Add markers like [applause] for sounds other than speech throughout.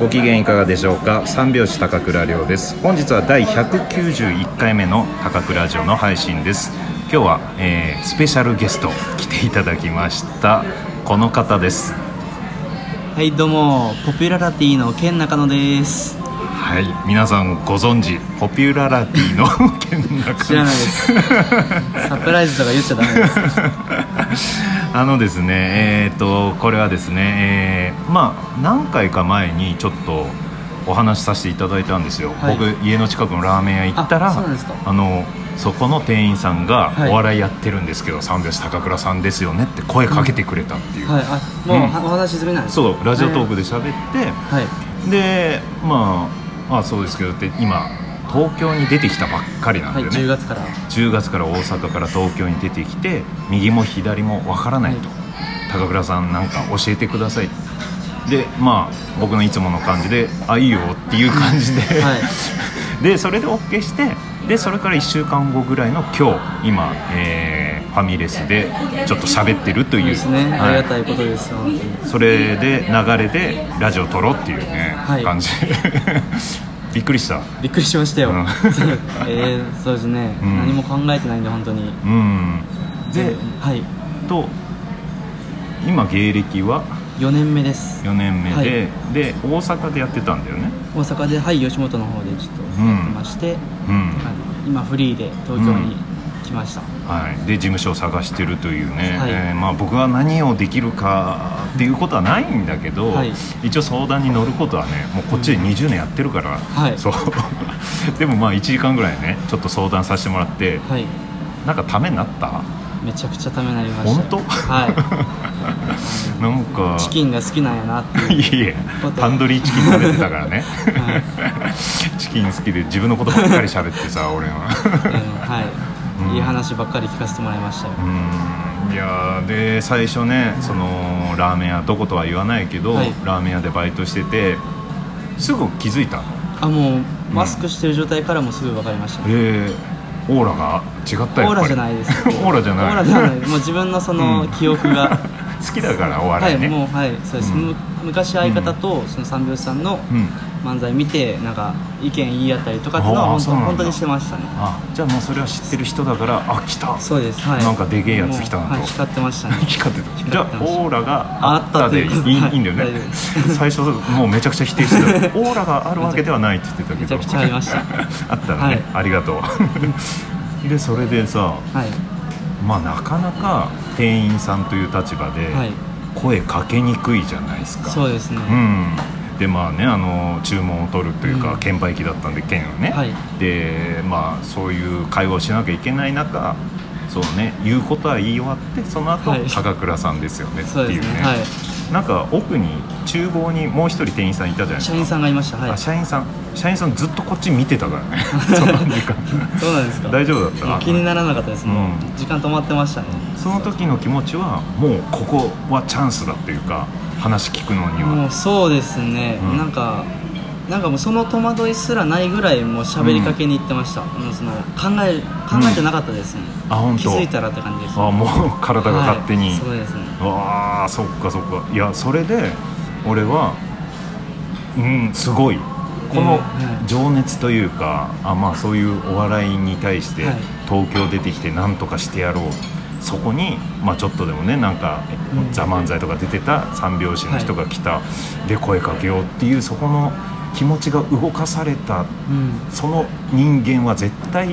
ご機嫌いかがでしょうか三拍子高倉涼です本日は第191回目の高倉ラジオの配信です今日は、えースペシャルゲスト来ていただきましたこの方ですはいどうもポピュララティの健中野ですはい皆さんご存知ポピュララティの件中知らないです [laughs] サプライズとか言っちゃダメですあのですねえー、とこれはですね、えーまあ何回か前にちょっとお話しさせていただいたんですよ、はい僕家の近くのラーメン屋行ったらあそうなんですかあのそこの店員さんがはい「お笑いやってるんですけど、三拍子高倉さんですよね」って声かけてくれたっていう、はいあもう、うんはお話し済みなんですかそうラジオトークで喋って、はいでまああそうですけどって今東京に出てきたばっかりなんはだい、よね、 10月から10月から大阪から東京に出てきて右も左もわからないと、は高倉さんなんか教えてくださいでまあ僕のいつもの感じで「あいいよ」っていう感じで、はい [laughs] でそれで OK してでそれから1週間後ぐらいの今日今、えーファミレスでちょっと喋ってるというそうですね、はいありがたいことですよ本当にそれで流れでラジオ撮ろうっていうね、はい感じ [laughs] びっくりしたびっくりしましたよ、うん [laughs] えー、そうですね、うん何も考えてないんで本当にうんではいと今芸歴は4年目です4年目で、で大阪でやってたんだよね大阪ではい吉本の方でちょっとやってまして、うんあの今フリーで東京に来ました、はい、で事務所を探してるというね、はいえーまあ、僕は何をできるかっていうことはないんだけど、はい一応相談に乗ることはねもうこっちで20年やってるから、はいそう [laughs] でもまあ1時間ぐらいねちょっと相談させてもらってはいなんかためになっためちゃくちゃためになりました本当 [laughs] はいなんかチキンが好きなんやなっていういえいえことタンドリーチキン食べてたからね、 [laughs] は [laughs] チキン好きで自分のことばっかり喋ってさ俺はあのはい、うんいい話ばっかり聞かせてもらいましたよ、うんいやーで最初ねそのラーメン屋どことは言わないけど、はいラーメン屋でバイトしててすぐ気づいたあもうマスクしてる状態からもうすぐ分かりました、えー、オーラが違ったよオーラじゃないです [laughs] オーラじゃないオーラじゃないもう自分のその記憶が、 [laughs] 好きだからお笑いね、はいもうはいそうです、うんむ昔相方とその三拍子さんのうん漫才見てなんか意見言い合ったりとかっていうのあーは本そう当なんだ本当にしてましたねあじゃあもうそれは知ってる人だからあ来た [laughs] そうですはいなんかでげえやつ来たなともうはい光って [laughs] ましたね光ってたじゃ光ってあましたオーラがあったでいいあったといいうこといいんだよはいね大丈夫で最初もうめちゃくちゃ否定して [laughs] たオーラがあるわけではないって言ってたけどめちゃくちゃありました [laughs] あったらね、はいありがとう [laughs] でそれでさはいまあなかなか店員さんという立場ではい声かけにくいじゃないですか、そうですね、うんでまあねあの注文を取るというか、うん券売機だったんで券をね、はいでまあそういう会話をしなきゃいけない中そうね言うことは言い終わってその後、はい高倉さんですよねってそういでうすねねはいなんか奥に厨房にもう一人店員さんいたじゃないです社か員さんがいましたはいあ社員さん社員さんずっとこっち見てたから [laughs] ねその時間どうなんですか大丈夫だった気にならなかったです、もうう時間止まってましたねその時の気持ちはもうここはチャンスだっていうか話聞くのにもはうそうですね、うんなんかなんかもうその戸惑いすらないぐらいもう喋りかけに行ってました、もうその考え考えてなかったですね、あ本当気づいたらって感じですあもう体が勝手に、はいそうですねわあそっかそっかいやそれで俺はうんすごいこえのーはい情熱というか、あまあそういうお笑いに対してはい東京出てきてなんとかしてやろうそこに、まあ、ちょっとでもねなんかう「んザ漫才とか出てた三拍子の人が来た、で声かけようっていうそこの気持ちが動かされたうんその人間は絶対は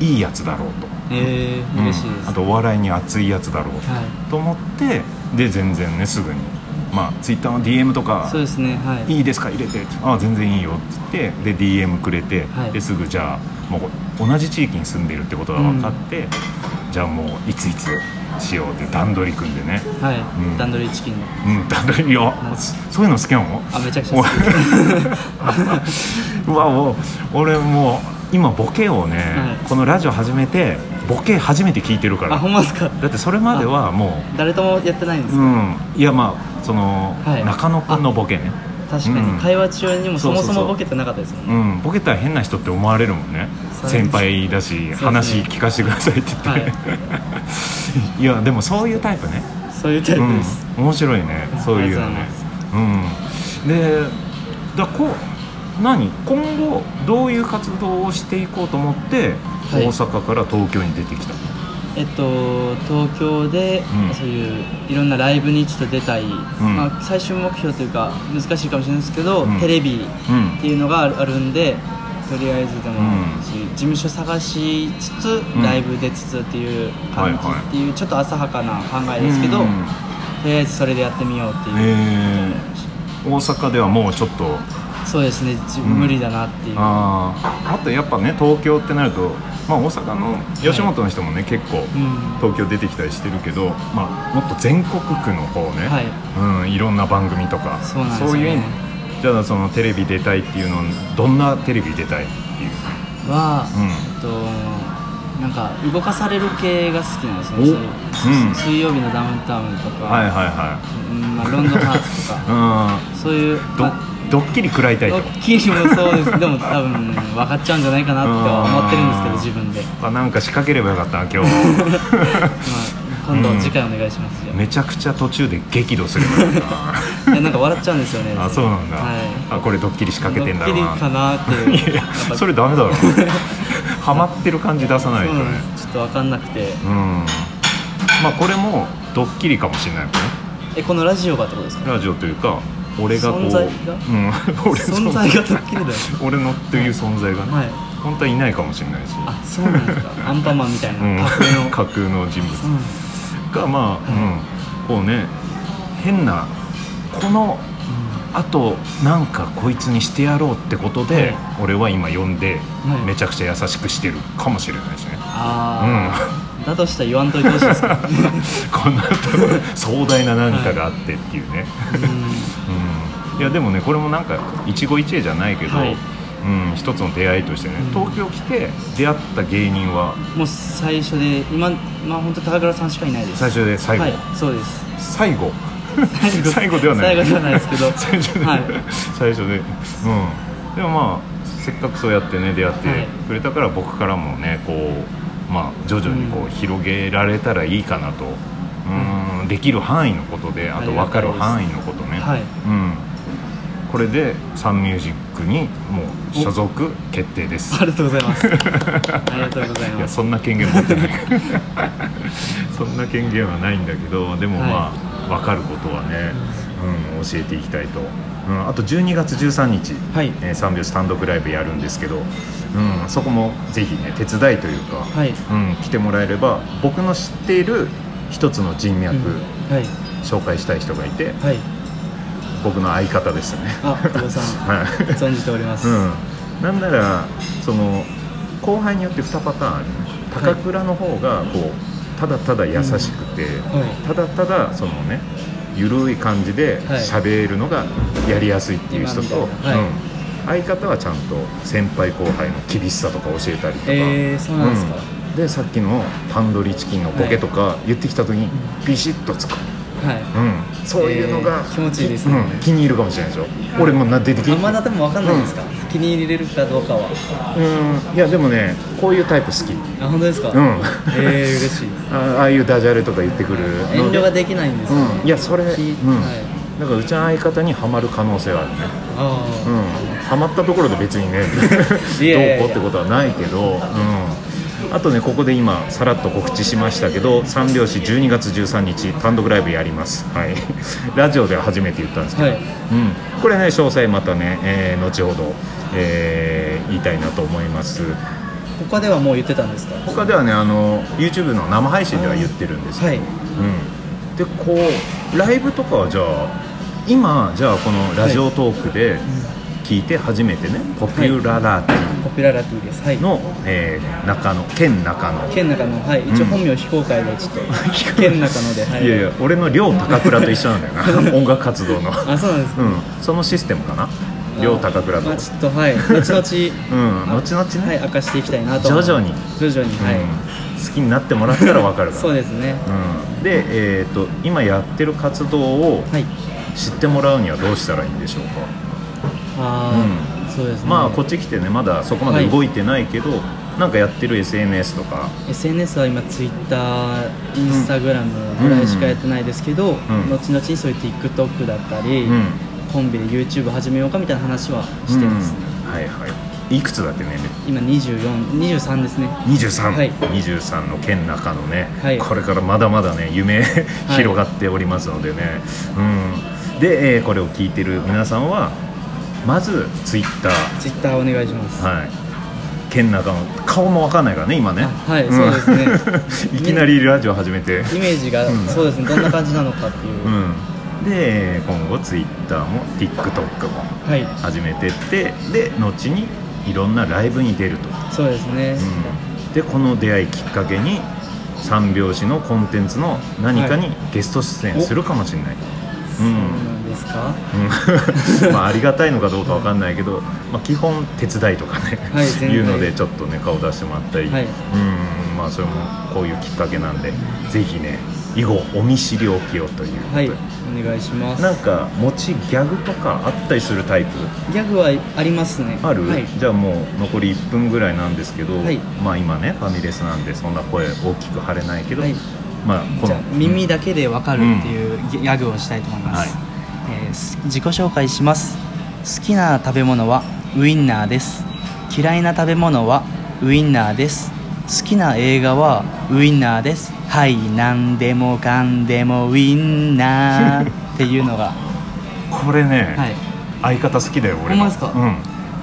いいいやつだろうと、えー、嬉しいです、うんあとお笑いに熱いやつだろうとはと思ってで全然ねすぐにまあツイッターの DM といかそうですねは「いいいですか入れて」ああ全然いいよ」って言ってで DM くれて、はいですぐじゃあもう同じ地域に住んでるってことが分かって、じゃあもういついつしようって段取り組んでねはい、うん段取りチキンのうん段取りいやそそういうの好きなのあめちゃくちゃ好きですお [laughs] うわもう俺もう今ボケをね、はいこのラジオ始めてボケ初めて聞いてるかあらほんまですかだってそれまではもう誰ともやってないんですうよ、ん、いやまあその、はい中野くんのボケね、確かうんに会話中にもそもそそうそうそうもボケてなかったですもんうねん、ボケたら変な人って思われるもんねそうです先輩だし、ね話聞かせてくださいって言って、、はいやでもそう [laughs] いうタイプね、そういうタイプです、うん、面白いねそういうのねあうりがとうございまんでだからこう何今後どういう活動をしていこうと思って、はい大阪から東京に出てきたえっと、東京で、うんそういういろんなライブにちょっと出たい、んまあ、最終目標というか難しいかもしれないですけど、うんテレビうんっていうのがあるあるんでとりあえずでも、うんそういう事務所探しつつ、んライブ出つつっていうはい感じはいっていう、ちょっと浅はかな考えですけど、うんとりあえずそれでやってみようっていう、えー大阪ではもうちょっとそうですね自うん分無理だなっていう、あーあとやっぱね東京ってなると、まあ、大阪の吉本の人もね、結構うん東京出てきたりしてるけど、まあ、もっと全国区の方ね、はいいうん、いろんな番組とかそうなんですよねそういうじゃあそのテレビ出たいっていうのどんなテレビ出たいっていう、は、うん、えっとなんか動かされる系が好きなんですねおそういううん水曜日のダウンタウンとか、はいはいはうんまあ、ロンドンハーツとかいそういう、うんどまあ、ドッキリ食らいたいドとッキリもそうですでも多分分かっちゃうんじゃないかなっては思ってるんですけど自 [laughs] 分で、あなんか仕掛ければよかったな [laughs] 今日まあ、今うん度次回お願いしますよ、めちゃくちゃ途中で激怒するからないやなんか笑っちゃうんですよね [laughs] あそうなんだ、はいあこれドッキリ仕掛けてんだろうドッなキリかなっていう [laughs] いやいややっぱそれダメだろハマってる感じ出さないとそうねなんですちょっと分かんなくてうんまあこれもドッキリかもしれないもんねえこのラジオがってことですかラジオというか俺がこう存在がうん、俺存在がドッキリだよ [laughs] 俺のっていう存在がね、はい本当はいないかもしれないしあそうなんですかアンパンマンみたいな、うん架空の架空の人そう物なんですがまあ、うん、こうね変なこのあとなんかこいつにしてやろうってことで、はい俺は今呼んで、はいめちゃくちゃ優しくしてるかもしれないしねああ、だとしたら言わんといてほしいで [laughs] すけどこの後壮大な何かがあってっていうね、うんうん、いやでもねこれもなんか一期一会じゃないけど、はいうん、一つの出会いとしてね、うん東京来て出会った芸人はもう最初で今まあ本当高倉さんしかいないです最初で最後、はいそうです最後最後最後ではない最後ではないですけど [laughs] 最初で、はい最初でうんでもまあせっかくそうやってね出会っはていくれたから僕からもねこうまあ徐々にこう、うん広げられたらいいかなとうん、できる範囲のことであと分かる範囲のことね、はいうん、これでサンミュージックにもう所属決定ですありがとうございま [laughs] すありがとうございいやますそんな権限持ってない [laughs] そんな権限はないんだけどでもまあ、分かることはね、うん、教えていきたいと、うん、あと12月13日、はいえー、3秒単独ライブやるんですけど、うん、そこもぜひね手伝いというか、はいうん、来てもらえれば僕の知っている一つの人脈、うんはい紹介したい人がいてはい僕の相方ですよね。あ久保 [laughs] さんはい存じております、うん、なんならその後輩によって2パターンあるね高倉の方がこうただただ優しくて、はいただただそのね緩い感じではい喋るのがやりやすいっていう人と、今みたいなはいうん、相方はちゃんと先輩後輩の厳しさとか教えたりとか、えー、そうなんですか、うんでさっきのタンドリーチキンのボケとか言ってきた時にビシッとつく、はうん、そういうのが、えー気持ちいいですねうん気に入るかもしれないでしょ俺もな出てきいあんまだでも分かんないんですか、気に入れるかどうかはうんいやでもねこういうタイプ好きあ本当ですか、うんえー、嬉しいですあああいうダジャレとか言ってくる遠ので慮ができないんですよ、ねうんいやそれ、うん聞いはいだからうちの相方にはまる可能性はあるねあうあ、んはまったところで別にねいやいやいやどうこうってことはないけどうんあとねここで今さらっと告知しましたけど三拍子12月13日単独ライブやりますはい [laughs] ラジオでは初めて言ったんですけど、はいうん、これね詳細またね、えー後ほど、えー言いたいなと思います他ではもう言ってたんですか他ではねあの YouTube の生配信では言ってるんですけど、はいうん、でこうライブとかはじゃあ今じゃあこのラジオトークで聞いて初めてね、ポピュララティポピュララティですはいの、えー中野県中野県中のはい一応うん本名非公開でちょっ [laughs] と県中のではいいやいや俺の両高倉と一緒なんだ [laughs] よな音楽活動の、あそうなんですうねん、そのシステムかな両高倉の、まあちょっとはい後う々ん後々ね、はい明かしていきたいなと思う徐々に徐々にはい、うん、好きになってもらったら分かるからそうですねうん、で、えー、と今やってる活動をはい知ってもらうにはどうしたらいいんでしょうか、ああ、そうですねまあこっち来てねまだそこまで動いてないけど、なんかやってる SNS とか SNS は今 Twitter、Instagram ぐらいしかやってないですけど、うん後々にそういう TikTok だったり、うんコンビで YouTube 始めようかみたいな話はしてますね、うんはいはいいくつだっけね今2423ですね23、はい23の県中のね、はいこれからまだまだね夢 [laughs] い広がっておりますのでね、うんで、えーこれを聞いてる皆さんはまずツイッター Twitter お願いしますはい県中の顔もわかんないからね今ねはいそうですね [laughs] いきなりラジオ始めて、イメージが、うんそうですねどんな感じなのかっていう、うんで今後ツイッターも TikTok もはい始めてってで後にいろんなライブに出るとそうですね、でこの出会いきっかけに三拍子のコンテンツの何かにゲスト出演するかもしれない、そうなんですかうん [laughs] まあありがたいのかどうかわかんないけど、まあ、基本手伝いとかね、はい全然いうのでちょっとね顔出してもらったり、はいうんまあそれもこういうきっかけなんでぜひね以後お見知りおきをということはいで、お願いしますなんか持ちギャグとかあったりするタイプギャグはありますねある、はい、じゃあもう残り1分ぐらいなんですけど、はいまあ今ねファミレスなんでそんな声大きく張れないけど、はいまあこじゃのあ耳だけでわかるっていうギャグをしたいと思います、はいえーす自己紹介します好きな食べ物はウインナーです嫌いな食べ物はウインナーです好きな映画はウインナーですはい何でもかんでもウインナーっていうのが [laughs] これね、はい、相方好きだよ俺ほんまのですかう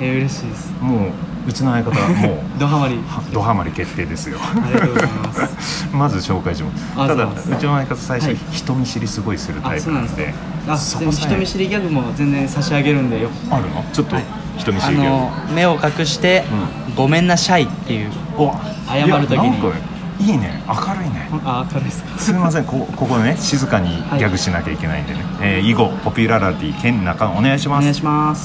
えー、嬉しいですんもううちの相方はも [laughs] うドハマりはドハマり決定ですよありがとうございます [laughs] まず紹介しますあただそううなんでちすねの相方最は初い人見知りすごいするタイプなんで,、あそでこもさ人え見知りギャグも全然差し上げるんでよあるのちょっと人見知ありギャグ、の目を隠して、ごめんなシャイっていうお謝る時にいやなんかいいね明るいねあ明るいですかすみませんこここね静かにギャグしなきゃいけないんでね、えー以後ポピュラリティ県中お願いしおます願いします